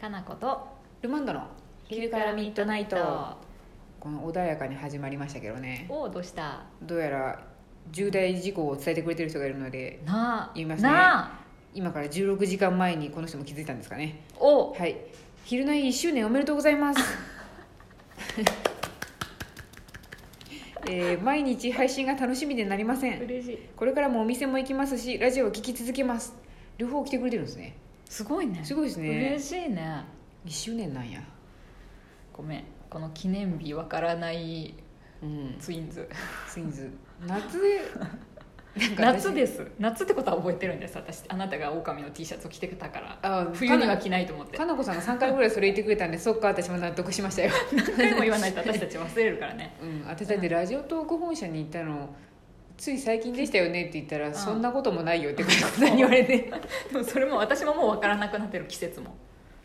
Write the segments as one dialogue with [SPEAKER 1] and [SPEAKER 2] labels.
[SPEAKER 1] かなこと
[SPEAKER 2] ルマンドの昼からミッドナイトこの穏やかに始まりましたけどね
[SPEAKER 1] をどうした
[SPEAKER 2] どうやら重大事故を伝えてくれてる人がいるので
[SPEAKER 1] なあ
[SPEAKER 2] 言いますね
[SPEAKER 1] なあ
[SPEAKER 2] 今から16時間前にこの人も気づいたんですかね
[SPEAKER 1] お
[SPEAKER 2] はい「昼の日1周年おめでとうございます」 えー毎日配信が楽しみでなりません
[SPEAKER 1] 嬉しい
[SPEAKER 2] これからもお店も行きますしラジオを聞き続けます両方来てくれてるんですね
[SPEAKER 1] すごいね
[SPEAKER 2] すごいですね
[SPEAKER 1] 嬉しいね
[SPEAKER 2] 1周年なんや
[SPEAKER 1] ごめんこの記念日わからない
[SPEAKER 2] うん
[SPEAKER 1] ツインズ
[SPEAKER 2] ツインズ 夏でなんか私
[SPEAKER 1] 夏です夏ってことは覚えてるんです私あなたが狼の T シャツを着てたから
[SPEAKER 2] あ
[SPEAKER 1] 冬には着ないと思って
[SPEAKER 2] かなこさんが3回ぐらいそれ言ってくれたんでそっか私も納得しましたよ、
[SPEAKER 1] 何回も言わないと私たち忘れるからね
[SPEAKER 2] うん、私だってラジオトーク本社に行ったのつい最近でしたよねって言ったら、そんなこともないよってかなこさんに言われて
[SPEAKER 1] でもそれも私ももうわからなくなってる季節も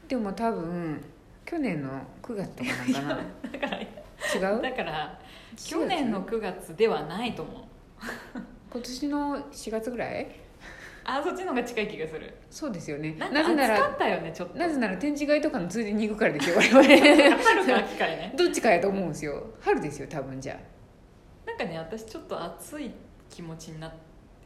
[SPEAKER 2] でも多分去年の9月とかなんかな
[SPEAKER 1] だから
[SPEAKER 2] 違う
[SPEAKER 1] だから去年の9月ではないと思う
[SPEAKER 2] 今年の4月ぐらい
[SPEAKER 1] あそっちの方が近い気がする
[SPEAKER 2] そうですよね
[SPEAKER 1] な
[SPEAKER 2] なん
[SPEAKER 1] か
[SPEAKER 2] ぜな
[SPEAKER 1] 暑からったよねちょっと
[SPEAKER 2] なぜなら展示会とかのついでに行くからですよ我
[SPEAKER 1] 春か
[SPEAKER 2] 々
[SPEAKER 1] 秋かやね
[SPEAKER 2] どっちかやと思うんですよ春ですよ多分じゃあ
[SPEAKER 1] なんかね私ちょっと暑い気持ちになっ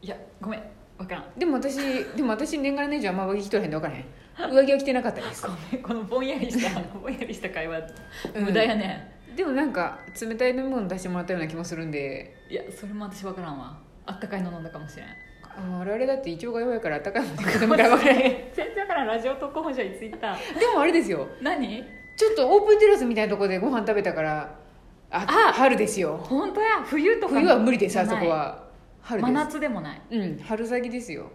[SPEAKER 1] いやごめんわからん
[SPEAKER 2] でも私でも私年がら年中あんま上着着とらへんで分からへん上着は着てなかったです
[SPEAKER 1] ごめんこのぼんやりした ぼんやりした会話
[SPEAKER 2] うん
[SPEAKER 1] 無駄やね、
[SPEAKER 2] でもなんか冷たい飲み物出してもらったような気もするんで
[SPEAKER 1] ん、いやそれも私わからんわあったかいの飲んだかもしれん
[SPEAKER 2] あ我々だって胃腸が弱いから温かいもの食べてもらうからで
[SPEAKER 1] 全然わからんラジオ投稿本社についた
[SPEAKER 2] もあれ ですよ
[SPEAKER 1] 何
[SPEAKER 2] ちょっとオープンテラスみたいなところでご飯食べたからあ
[SPEAKER 1] あ
[SPEAKER 2] 春ですよ
[SPEAKER 1] 本当や冬とか
[SPEAKER 2] 冬は無理です
[SPEAKER 1] じゃ
[SPEAKER 2] あ
[SPEAKER 1] ない
[SPEAKER 2] そこは春
[SPEAKER 1] 真
[SPEAKER 2] です
[SPEAKER 1] 夏でもない
[SPEAKER 2] うん春先ですよ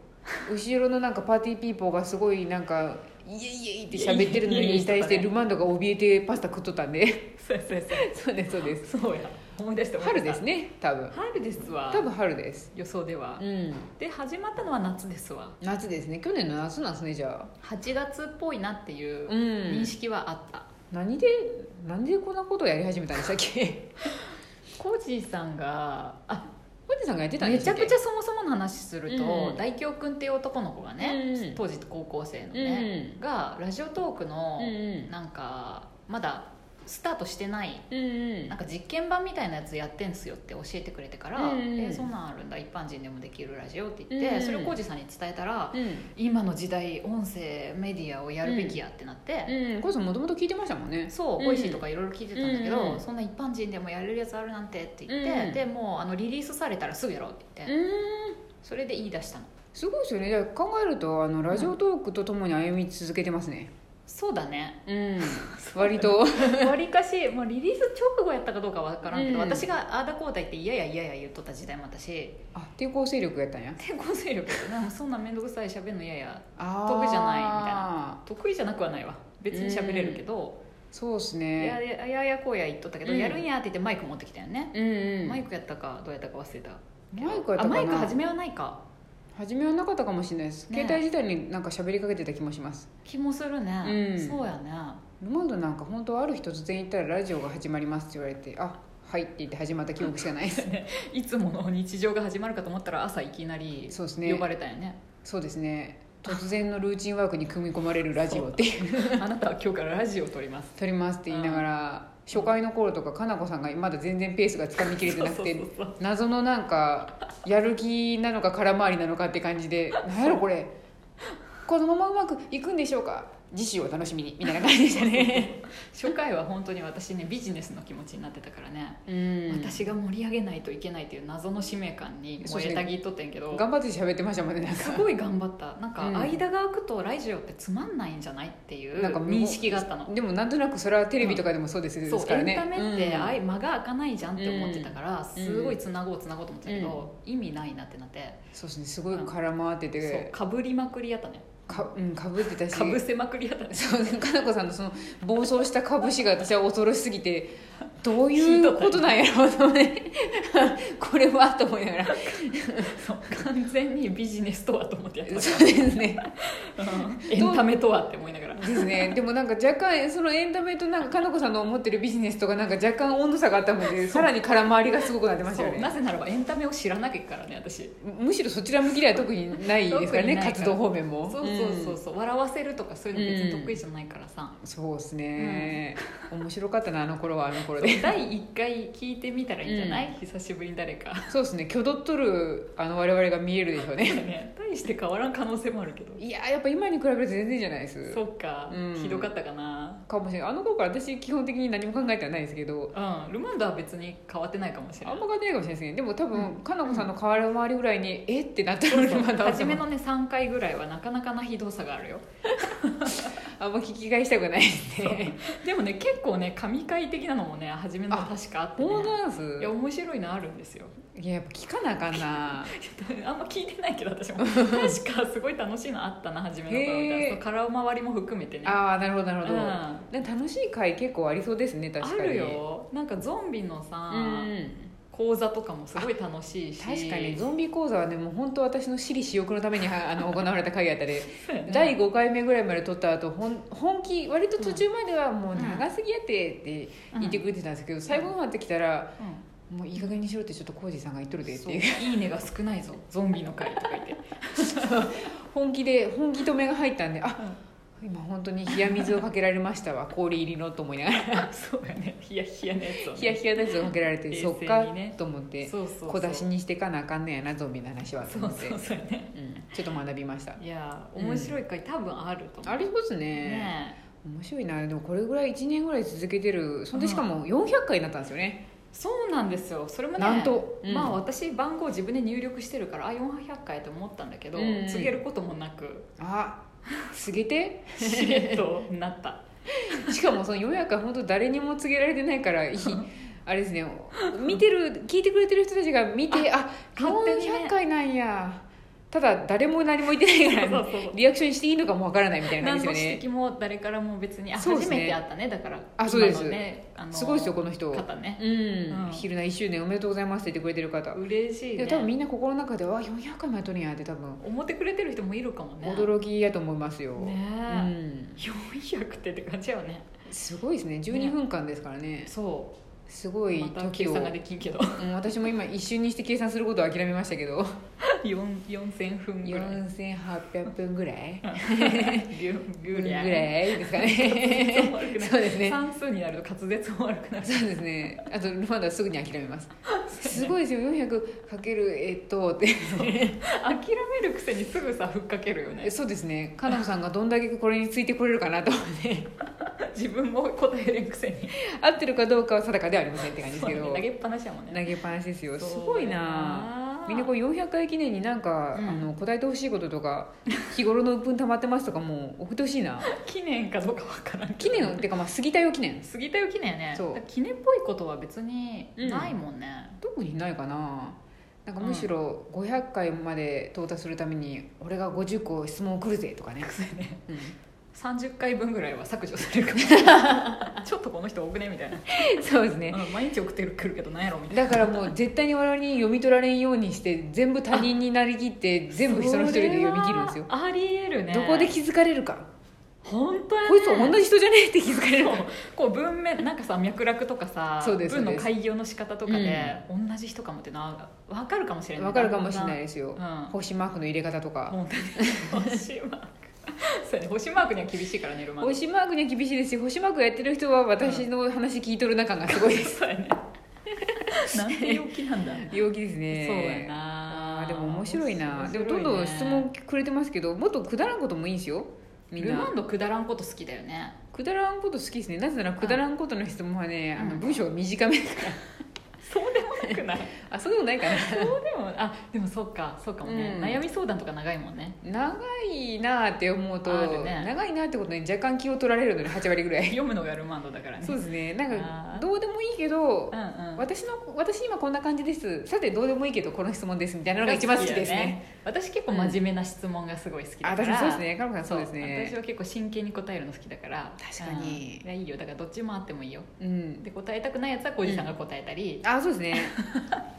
[SPEAKER 2] 後ろのなんかパーティーピーポーがすごいなんか「イエイイエイ」って喋ってるの
[SPEAKER 1] イエイイエイ
[SPEAKER 2] に対して
[SPEAKER 1] とかね
[SPEAKER 2] ルマンドが怯えてパスタ食っとったん で
[SPEAKER 1] そうそう
[SPEAKER 2] そうですそうです
[SPEAKER 1] そうそうや思い出して思い出
[SPEAKER 2] 春
[SPEAKER 1] した
[SPEAKER 2] ですね多分
[SPEAKER 1] 春ですわ
[SPEAKER 2] 多分春です
[SPEAKER 1] 予想では、
[SPEAKER 2] うん
[SPEAKER 1] で始まったのは夏ですわ
[SPEAKER 2] 夏ですね去年の夏なんですねじゃあ
[SPEAKER 1] 8月っぽいなっていう
[SPEAKER 2] うん
[SPEAKER 1] 認識はあった、
[SPEAKER 2] 何で何でこんなことをやり始めたんでしたっ け
[SPEAKER 1] コージーさんがあ
[SPEAKER 2] おじさんがやってたんで
[SPEAKER 1] め
[SPEAKER 2] し
[SPEAKER 1] ち
[SPEAKER 2] たっ
[SPEAKER 1] ゃ
[SPEAKER 2] け
[SPEAKER 1] くちゃそもそもの話すると、
[SPEAKER 2] うん
[SPEAKER 1] 大京くんっていう男の子がね、
[SPEAKER 2] うん
[SPEAKER 1] 当時高校生のね、がラジオトークの
[SPEAKER 2] うんうん
[SPEAKER 1] なんかまだスタートしてない
[SPEAKER 2] うんうん
[SPEAKER 1] なんか実験版みたいなやつやってんすよって教えてくれてから「
[SPEAKER 2] うんうん
[SPEAKER 1] えーそんなんあるんだ一般人でもできるラジオ」って言って、
[SPEAKER 2] うんうん
[SPEAKER 1] それをコージーさんに伝えたら、
[SPEAKER 2] うん
[SPEAKER 1] 今の時代音声メディアをやるべきやってなって、
[SPEAKER 2] うんこいつもともと聞いてましたもんね
[SPEAKER 1] そう、
[SPEAKER 2] うん
[SPEAKER 1] ボイシーとかいろいろ聞いてたんだけど、
[SPEAKER 2] うんうん
[SPEAKER 1] そんな一般人でもやれるやつあるなんてって言って、
[SPEAKER 2] うん
[SPEAKER 1] でもうあのリリースされたらすぐやろうって言って、
[SPEAKER 2] うん
[SPEAKER 1] それで言い出したの
[SPEAKER 2] すごいですよねじゃあ考えるとあのラジオトークとともに歩み続けてますね
[SPEAKER 1] そうだね
[SPEAKER 2] うん割と
[SPEAKER 1] わりかしもうリリース直後やったかどうかわからんけど、
[SPEAKER 2] うん
[SPEAKER 1] 私があーだこうだ言っていやいやいやいや言っとった時代もあったし
[SPEAKER 2] あ抵抗勢力やったんや
[SPEAKER 1] 抵抗勢力ってなんかそんな面倒くさい喋るの嫌や
[SPEAKER 2] あ
[SPEAKER 1] 得意じゃないみたい
[SPEAKER 2] な
[SPEAKER 1] 得意じゃなくはないわ別に喋れるけど、
[SPEAKER 2] そうっす
[SPEAKER 1] いや
[SPEAKER 2] ね
[SPEAKER 1] いやいやいやこうや言っとったけど、
[SPEAKER 2] うん
[SPEAKER 1] やるんやって言ってマイク持ってきたよね、
[SPEAKER 2] うんうん
[SPEAKER 1] マイクやったかどうやったか忘れた
[SPEAKER 2] マイクやったかな
[SPEAKER 1] あマイク始めはないか
[SPEAKER 2] 初めはなかったかもしれないです
[SPEAKER 1] ね
[SPEAKER 2] 携帯自体になんか喋りかけてた気もします
[SPEAKER 1] 気もするね、
[SPEAKER 2] うん
[SPEAKER 1] そうやね
[SPEAKER 2] ルマンドなんか本当ある日突然行ったらラジオが始まりますって言われてあはいって言って始まった記憶しかな いです
[SPEAKER 1] いつもの日常が始まるかと思ったら朝いきなり
[SPEAKER 2] そうですね
[SPEAKER 1] 呼ばれたんやね
[SPEAKER 2] そうですね突然のルーチンワークに組み込まれるラジオっていう
[SPEAKER 1] あなたは今日からラジオを撮ります
[SPEAKER 2] 撮りますって言いながら初回の頃とかかなこさんがまだ全然ペースがつかみきれてなくて
[SPEAKER 1] そうそうそうそう
[SPEAKER 2] 謎のなんかやる気なのか空回りなのかって感じで「何やろこれこのままうまくいくんでしょうか次週を楽しみに」みたいな感じでしたね
[SPEAKER 1] 初回は本当に私ねビジネスの気持ちになってたからね、
[SPEAKER 2] うん
[SPEAKER 1] 私が盛り上げないといけないっていう謎の使命感に
[SPEAKER 2] そう
[SPEAKER 1] 燃え
[SPEAKER 2] ですね
[SPEAKER 1] たぎっとってんけど
[SPEAKER 2] 頑張って喋ってましたもんねなん
[SPEAKER 1] す
[SPEAKER 2] か
[SPEAKER 1] ごい頑張ったなんか
[SPEAKER 2] うん
[SPEAKER 1] 間が空くとラジオってつまんないんじゃないっていう
[SPEAKER 2] なんか
[SPEAKER 1] 認識があったの
[SPEAKER 2] でもなんとなくそれはテレビとかでもそうです,、
[SPEAKER 1] そう
[SPEAKER 2] からね
[SPEAKER 1] エンタメって、あい
[SPEAKER 2] うん
[SPEAKER 1] 間が開かないじゃんって思ってたから、
[SPEAKER 2] うん
[SPEAKER 1] すごいつなごうつなごうと思ってたけど、意味ないなってなって、
[SPEAKER 2] そうですねすごい空回って
[SPEAKER 1] そう
[SPEAKER 2] て、
[SPEAKER 1] かぶりまくりやったね
[SPEAKER 2] かうんかぶってたし
[SPEAKER 1] かぶせまくりやったね
[SPEAKER 2] そうかなこさんのその暴走した株式が私は恐ろしすぎて どういうことなんやろうと思って これはと思いながら
[SPEAKER 1] そう完全にビジネスとはと思ってやった
[SPEAKER 2] そうですね
[SPEAKER 1] うんエンタメとはって思いながら
[SPEAKER 2] ですねでもなんか若干そのエンタメとなんかかのこさんの思ってるビジネスとかなんか若干温度差があったのでさらに空回りがすごくなってましたよ
[SPEAKER 1] そう
[SPEAKER 2] ね
[SPEAKER 1] なぜならばエンタメを知らなきゃいけないからね私
[SPEAKER 2] むしろそちら向きでは特にないですから
[SPEAKER 1] 特にな
[SPEAKER 2] ね
[SPEAKER 1] いから
[SPEAKER 2] 活動方面も
[SPEAKER 1] そうそうそうそう、笑わせるとかそういうの別に得意じゃないからさ、
[SPEAKER 2] うんそうですね、面白かったなあの頃はあの頃で
[SPEAKER 1] 第1回聞いてみたらいいんじゃない、久しぶりに誰か
[SPEAKER 2] そうですね挙動っとるあの我々が見えるでしょ うね
[SPEAKER 1] ね大して変わらん可能性もあるけど
[SPEAKER 2] いやーやっぱ今に比べると全然じゃないです
[SPEAKER 1] そっか、
[SPEAKER 2] うん
[SPEAKER 1] ひどかったかな
[SPEAKER 2] かもしれないあの頃から私基本的に何も考えてはないですけど
[SPEAKER 1] うんルマンドは別に変わってないかもしれな
[SPEAKER 2] あ
[SPEAKER 1] い
[SPEAKER 2] んま考えてないかもしれないですねでも多分、
[SPEAKER 1] うん
[SPEAKER 2] かなこさんの代わり周りぐら いにえってなったのにまだ
[SPEAKER 1] 初めのね3回ぐらいはなかなかなひどさがあるよ
[SPEAKER 2] あんま聞き返したくないですね
[SPEAKER 1] でもね結構ね神回的なのもね初めの
[SPEAKER 2] あ
[SPEAKER 1] 確かあって、ね
[SPEAKER 2] ボー、ダンス
[SPEAKER 1] いや面白いのあるんですよ
[SPEAKER 2] いややっぱ聞かなあかんな
[SPEAKER 1] あんま聞いてないけど私も 確かすごい楽しいのあったな初めの頃みたい
[SPEAKER 2] へ
[SPEAKER 1] な
[SPEAKER 2] ー
[SPEAKER 1] そう空回りも含めてね
[SPEAKER 2] ああなるほどなるほど、
[SPEAKER 1] うん
[SPEAKER 2] なんか楽しい回結構ありそうですね確
[SPEAKER 1] あ
[SPEAKER 2] かに
[SPEAKER 1] るよなんかゾンビの
[SPEAKER 2] う
[SPEAKER 1] さ、
[SPEAKER 2] ん
[SPEAKER 1] 講座とかもすごい楽しいし
[SPEAKER 2] 確か にゾンビ講座はねもう本当私の私利私欲のためには あの行われた会やったで
[SPEAKER 1] そうやね
[SPEAKER 2] 第5回目ぐらいまで撮った後ほん本気割と途中まではもう長すぎやってって言ってくれてたんですけど、最後の方になってきたら
[SPEAKER 1] うん
[SPEAKER 2] 「もういい加減にしろ」ってちょっとコージーさんが言っとるでっ
[SPEAKER 1] そ
[SPEAKER 2] て
[SPEAKER 1] う
[SPEAKER 2] いう
[SPEAKER 1] いいねが少ないぞゾンビの回とか言って、
[SPEAKER 2] 本気で本気止めが入ったんであ今本当に冷や水をかけられまし たわ氷入りのと思いながら
[SPEAKER 1] そうやねヒヤヒヤのやつをね、
[SPEAKER 2] 冷や冷やのやつをかけられて、
[SPEAKER 1] 冷静
[SPEAKER 2] そ
[SPEAKER 1] に
[SPEAKER 2] っ
[SPEAKER 1] ね
[SPEAKER 2] かと思って
[SPEAKER 1] そうそうそう
[SPEAKER 2] 小出しにしてかなあかんねやなゾンビの話はと
[SPEAKER 1] そ
[SPEAKER 2] 思
[SPEAKER 1] う
[SPEAKER 2] って
[SPEAKER 1] そうそうやね
[SPEAKER 2] うんちょっと学びました
[SPEAKER 1] いやー面白い回、多分あると思う
[SPEAKER 2] ありそうですね
[SPEAKER 1] ねえ
[SPEAKER 2] 面白いなでもこれぐらい1年ぐらい続けてるそんでしかも400回になったんですよね、
[SPEAKER 1] そうなんですよそれもね
[SPEAKER 2] なんとうん
[SPEAKER 1] まあ私番号自分で入力してるからあ400回と思ったんだけど、
[SPEAKER 2] うんうん
[SPEAKER 1] 告げることもなく
[SPEAKER 2] あ告げて
[SPEAKER 1] しれっとな った
[SPEAKER 2] しかもその400回本当誰にも告げられてないから いいあれですね見てる聞いてくれてる人たちが見てあ
[SPEAKER 1] 勝手にね
[SPEAKER 2] 400回なんやただ誰も何も言ってない
[SPEAKER 1] そ
[SPEAKER 2] か
[SPEAKER 1] う
[SPEAKER 2] ら
[SPEAKER 1] そうそう
[SPEAKER 2] リアクションしていいのかもわからないみたいな感
[SPEAKER 1] 何
[SPEAKER 2] じ
[SPEAKER 1] の
[SPEAKER 2] ですよね
[SPEAKER 1] 指摘も誰からも別に、あ
[SPEAKER 2] そう
[SPEAKER 1] 初
[SPEAKER 2] ですね
[SPEAKER 1] めて会ったねだから
[SPEAKER 2] あそうです
[SPEAKER 1] 今のねあの
[SPEAKER 2] すごいですよこの人
[SPEAKER 1] 方ね
[SPEAKER 2] うん、
[SPEAKER 1] うん
[SPEAKER 2] 昼な1周年おめでとうございますって言ってくれてる方、
[SPEAKER 1] 嬉しい
[SPEAKER 2] で
[SPEAKER 1] ね
[SPEAKER 2] も多分みんな心の中では400回もやっとるんやって多分
[SPEAKER 1] 思ってくれてる人もいるかもね
[SPEAKER 2] 驚きやと思いますよ、
[SPEAKER 1] ね
[SPEAKER 2] う
[SPEAKER 1] え、
[SPEAKER 2] ん、
[SPEAKER 1] 400ってって感じやよね
[SPEAKER 2] すごいですね12分間ですからね
[SPEAKER 1] そ
[SPEAKER 2] すご
[SPEAKER 1] う
[SPEAKER 2] い
[SPEAKER 1] また計
[SPEAKER 2] 時を、
[SPEAKER 1] 算ができんけど
[SPEAKER 2] うん私も今一瞬にして計算することを諦めましたけど
[SPEAKER 1] 4 4000分ぐらい
[SPEAKER 2] 4800分ぐらい
[SPEAKER 1] ぐ
[SPEAKER 2] ぐら
[SPEAKER 1] ら
[SPEAKER 2] い
[SPEAKER 1] い
[SPEAKER 2] です かね そうですね
[SPEAKER 1] 算数になると滑舌も悪くなる
[SPEAKER 2] そうですねあとまだすぐに諦めますすごいですよ 400× えっとって
[SPEAKER 1] 諦めるくせにすぐさふっかけるよね
[SPEAKER 2] そうですねかなこさんがどんだけこれについてこれるかなと思って
[SPEAKER 1] 自分も答えれんくせに
[SPEAKER 2] 合ってるかどうかは定かではありませんって感じですけど
[SPEAKER 1] 投
[SPEAKER 2] 投
[SPEAKER 1] げっぱなしやもんね
[SPEAKER 2] げっぱなしですよ
[SPEAKER 1] そう
[SPEAKER 2] すごいなみんなこう400回記念になんか、
[SPEAKER 1] うん
[SPEAKER 2] あの答えてほしいこととか 日頃の鬱憤溜まってますとかもう送ってほしいな
[SPEAKER 1] 記念かどうかわからん
[SPEAKER 2] 記
[SPEAKER 1] けど
[SPEAKER 2] 念っていうかまあ過ぎたよ記念
[SPEAKER 1] 過ぎたよ記念ね
[SPEAKER 2] そう
[SPEAKER 1] だから記念っぽいことは別にないもんね、
[SPEAKER 2] 特にないかななんかむしろ500回まで到達するために俺が50個質問送るぜとかね、うん
[SPEAKER 1] 30回分ぐらいは削除されるかも ちょっとこの人多くねみたいな、
[SPEAKER 2] そうですね
[SPEAKER 1] うん毎日送ってくるけどなんやろみたいな
[SPEAKER 2] だからもう絶対に我々に読み取られんようにして全部他人になりきって全部その一人で読み切るんですよ
[SPEAKER 1] それはありえるね
[SPEAKER 2] どこで気づかれるか、
[SPEAKER 1] 本当やね
[SPEAKER 2] こいつ同じ人じゃねえって気づかれる
[SPEAKER 1] そうこう文面なんかさ脈絡とかさ
[SPEAKER 2] そうです
[SPEAKER 1] 文の
[SPEAKER 2] そうです
[SPEAKER 1] 開業の仕方とかで、同じ人かもってな分かるかもしれない
[SPEAKER 2] わかるかもしれな
[SPEAKER 1] い
[SPEAKER 2] いですよ、
[SPEAKER 1] うん
[SPEAKER 2] 星マークの入れ方とか、
[SPEAKER 1] 本当に星マーク そうやね星マークには厳しいからねルマンド
[SPEAKER 2] 星マークには厳しいですし星マークやってる人は私の話聞いとる中がすごいです、
[SPEAKER 1] そうやねなんて陽気なんだ、
[SPEAKER 2] 陽気ですね
[SPEAKER 1] そうやな
[SPEAKER 2] あーでも面白いな
[SPEAKER 1] 面
[SPEAKER 2] で
[SPEAKER 1] 白
[SPEAKER 2] も
[SPEAKER 1] いね
[SPEAKER 2] どんどん質問くれてますけどもっとくだらんこともいいんですよみん
[SPEAKER 1] ルマ
[SPEAKER 2] な
[SPEAKER 1] ンドくだらんこと好きだよね
[SPEAKER 2] くだらんこと好きですねなぜならくだらんことの質問はね、
[SPEAKER 1] うん
[SPEAKER 2] あの文章が短めだから
[SPEAKER 1] そうでもなくない
[SPEAKER 2] あそうでもないかな
[SPEAKER 1] そうでもあでもそうかそうかもね、
[SPEAKER 2] うん
[SPEAKER 1] 悩み相談とか長いもんね
[SPEAKER 2] 長いなーって思うと、
[SPEAKER 1] あるね
[SPEAKER 2] 長いなーってことに若干気を取られるので8割ぐらい
[SPEAKER 1] 読むのがルマンドだからね
[SPEAKER 2] そうですねなん
[SPEAKER 1] あー
[SPEAKER 2] かどうでもいいけ
[SPEAKER 1] うん
[SPEAKER 2] ど
[SPEAKER 1] うん
[SPEAKER 2] 私の私今こんな感じですさてどうでもいいけどこの質問ですみたいなのが一番好きですね
[SPEAKER 1] よ私結構真面目な質問がすごい好き
[SPEAKER 2] あ
[SPEAKER 1] だか
[SPEAKER 2] 私
[SPEAKER 1] ら、
[SPEAKER 2] もそうですねかのこさんそうです
[SPEAKER 1] 私
[SPEAKER 2] ね
[SPEAKER 1] は結構真剣に答えるの好きだから
[SPEAKER 2] 確かに
[SPEAKER 1] うんいやいいよだからどっちもあってもいいよ
[SPEAKER 2] うん
[SPEAKER 1] で答えたくないやつは小路さんが答えたり、
[SPEAKER 2] あそうですね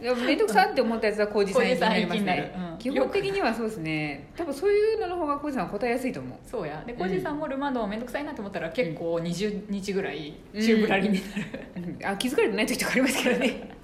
[SPEAKER 2] でも面倒くさって思ったやつは浩二さん行きになります
[SPEAKER 1] 浩二さん行き
[SPEAKER 2] ね
[SPEAKER 1] になるうん
[SPEAKER 2] 基本的にはそうですね多分そういうのの方が浩二さんは答えやすいと思う
[SPEAKER 1] そうやで
[SPEAKER 2] うん
[SPEAKER 1] コージーさんもルマンドめんどくさいなと思ったら結構20日ぐらい宙ぶらりんになる、
[SPEAKER 2] うんあ気づかれてない時とかありますけどね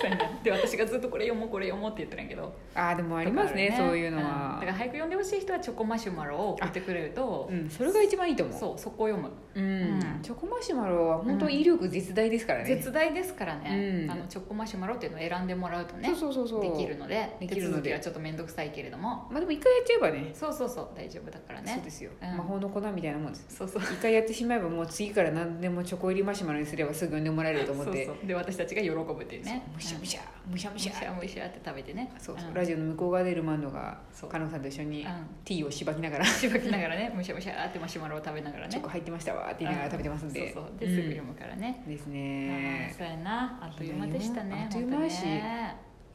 [SPEAKER 1] そうやなで 私がずっとこれ読もうこれ読もうって言ってるんやけど
[SPEAKER 2] あーでもありますね
[SPEAKER 1] とかある
[SPEAKER 2] そういうの
[SPEAKER 1] ん
[SPEAKER 2] は
[SPEAKER 1] だから早く読んでほしい人はチョコマシュマロを送ってくれると
[SPEAKER 2] うん、それが一番いいと思う
[SPEAKER 1] そうそこを読む
[SPEAKER 2] うん、
[SPEAKER 1] うん
[SPEAKER 2] チョコマシュマロは本当威力絶大ですからね、
[SPEAKER 1] 絶大ですからね、
[SPEAKER 2] うん
[SPEAKER 1] あのチョコマシュマロっていうのを選んでもらうとね
[SPEAKER 2] そうそうそうそう
[SPEAKER 1] できるので
[SPEAKER 2] でき
[SPEAKER 1] 手
[SPEAKER 2] るので
[SPEAKER 1] 続きはちょっと面倒くさいけれども
[SPEAKER 2] まあでも一回やっちゃえばね
[SPEAKER 1] そうそうそう大丈夫だから
[SPEAKER 2] そう
[SPEAKER 1] ね
[SPEAKER 2] ですよ、
[SPEAKER 1] うん
[SPEAKER 2] 魔法の粉みたいなもんです
[SPEAKER 1] そうそう
[SPEAKER 2] 一回やってしまえばもう次から何でもチョコ入りマシュマロにすればすぐ呼んでもらえると
[SPEAKER 1] そ
[SPEAKER 2] 思
[SPEAKER 1] う
[SPEAKER 2] って
[SPEAKER 1] そうで私たちが喜ぶっていうね
[SPEAKER 2] むしゃむ
[SPEAKER 1] し
[SPEAKER 2] しゃむしゃむしゃ
[SPEAKER 1] ゃむしゃって食べてね
[SPEAKER 2] そうそう、
[SPEAKER 1] ん
[SPEAKER 2] ラジオの向こう側でルマンドが
[SPEAKER 1] そう
[SPEAKER 2] カノンさんと一緒に
[SPEAKER 1] うん
[SPEAKER 2] ティーをしばきながら、
[SPEAKER 1] しばきながらねむしゃむしゃってマシュマロを食べながら
[SPEAKER 2] チョ
[SPEAKER 1] ね
[SPEAKER 2] コ入ってましたわって言いながら食べてますんで、
[SPEAKER 1] そうそうですぐ読むからね、
[SPEAKER 2] うんです
[SPEAKER 1] ああ
[SPEAKER 2] ね
[SPEAKER 1] そうやなあっという間でした
[SPEAKER 2] いやいや
[SPEAKER 1] ね
[SPEAKER 2] あっという間やし
[SPEAKER 1] 本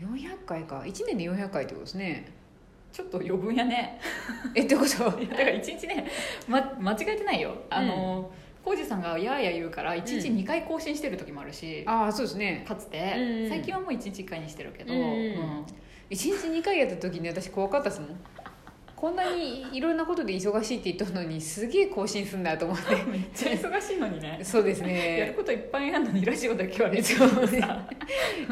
[SPEAKER 1] 当ね
[SPEAKER 2] 400回か1年で400回ってことですね
[SPEAKER 1] ちょっと余分やね
[SPEAKER 2] えって こと
[SPEAKER 1] いやだから一日ね、ま、間違えてないよあの、浩二さんがやーや言うから一日
[SPEAKER 2] うん
[SPEAKER 1] 2回更新してる時もあるし、
[SPEAKER 2] ああそうですね
[SPEAKER 1] かつて、
[SPEAKER 2] うんうん
[SPEAKER 1] 最近はもう一日1回にしてるけど、
[SPEAKER 2] うんうん
[SPEAKER 1] うん
[SPEAKER 2] 1日2回やった時に私怖かったっすもんこんなにいろんなことで忙しいって言ったのにすげえ更新すんだと 思っ
[SPEAKER 1] めっちゃ忙しいのにね
[SPEAKER 2] てそうです
[SPEAKER 1] やる
[SPEAKER 2] ね
[SPEAKER 1] こといっぱいあるのにラジオだけは ね
[SPEAKER 2] そうね
[SPEAKER 1] さ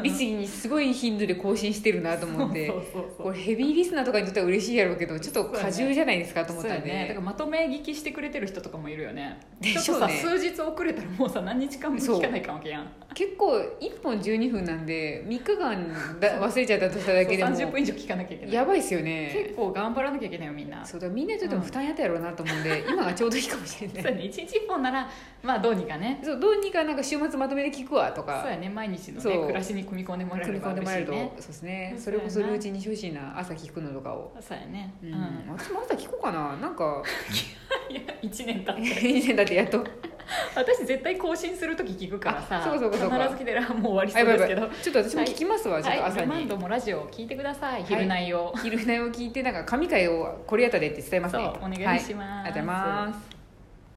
[SPEAKER 2] 律儀にすごい頻度で更新してるなと思って
[SPEAKER 1] そうそうそう
[SPEAKER 2] これヘビーリスナーとかにとっては嬉しいやろうけどちょっと過重じゃないですかと思っ
[SPEAKER 1] そう
[SPEAKER 2] た
[SPEAKER 1] や
[SPEAKER 2] んで、
[SPEAKER 1] ねだからまとめ聞きしてくれてる人とかもいるよね
[SPEAKER 2] で
[SPEAKER 1] ちょっ
[SPEAKER 2] しょ
[SPEAKER 1] と
[SPEAKER 2] う
[SPEAKER 1] さ、
[SPEAKER 2] ね
[SPEAKER 1] 数日遅れたらもうさ何日間も聞かないかわけやん
[SPEAKER 2] 結構1本12分なんで3日間だ忘れちゃったとしただけで
[SPEAKER 1] そう30
[SPEAKER 2] も
[SPEAKER 1] 分以上聞かなきゃいけない
[SPEAKER 2] やばいですよ
[SPEAKER 1] 結
[SPEAKER 2] ね
[SPEAKER 1] 構頑張らなきゃいけないよみんなそ
[SPEAKER 2] そうだからみんなにとっても負担やったやろうなと思う んで、今がちょうどいいかもしれ
[SPEAKER 1] う
[SPEAKER 2] な
[SPEAKER 1] や
[SPEAKER 2] い
[SPEAKER 1] ね一日一本ならまあどうにかね
[SPEAKER 2] そうどうにかなんか週末まとめて聞くわとか
[SPEAKER 1] そうやね毎日の
[SPEAKER 2] そ
[SPEAKER 1] ね
[SPEAKER 2] う
[SPEAKER 1] 暮らしに組み込んでもらえ
[SPEAKER 2] 組
[SPEAKER 1] れ
[SPEAKER 2] み込
[SPEAKER 1] ば
[SPEAKER 2] んでもらえ
[SPEAKER 1] 嬉
[SPEAKER 2] る
[SPEAKER 1] しい
[SPEAKER 2] と、
[SPEAKER 1] ね
[SPEAKER 2] そうですね
[SPEAKER 1] うん
[SPEAKER 2] それこそ
[SPEAKER 1] そうや
[SPEAKER 2] ル
[SPEAKER 1] な
[SPEAKER 2] ーチンにしてほしいな朝聞くのとかを、
[SPEAKER 1] そうやね
[SPEAKER 2] う
[SPEAKER 1] うんん、
[SPEAKER 2] 私も朝聞こうかななんか
[SPEAKER 1] いや1年経って
[SPEAKER 2] 以前だってやっと
[SPEAKER 1] 私絶対更新する時聞くから
[SPEAKER 2] あ
[SPEAKER 1] さ
[SPEAKER 2] そうかそうかそうか
[SPEAKER 1] 必ず来てらもう終わり
[SPEAKER 2] あ
[SPEAKER 1] そ
[SPEAKER 2] や
[SPEAKER 1] う
[SPEAKER 2] ばい
[SPEAKER 1] です
[SPEAKER 2] やばい
[SPEAKER 1] けど
[SPEAKER 2] ちょっと私も聞きますわ、ちょっと
[SPEAKER 1] はい、
[SPEAKER 2] 朝
[SPEAKER 1] ルマン
[SPEAKER 2] に
[SPEAKER 1] ドもラジオを聞いてください昼内容、
[SPEAKER 2] 昼寝を聞いてなんか神回をこれやったでって伝えます
[SPEAKER 1] そう
[SPEAKER 2] ね
[SPEAKER 1] お願いし
[SPEAKER 2] はい、
[SPEAKER 1] ます、
[SPEAKER 2] ありがとうございます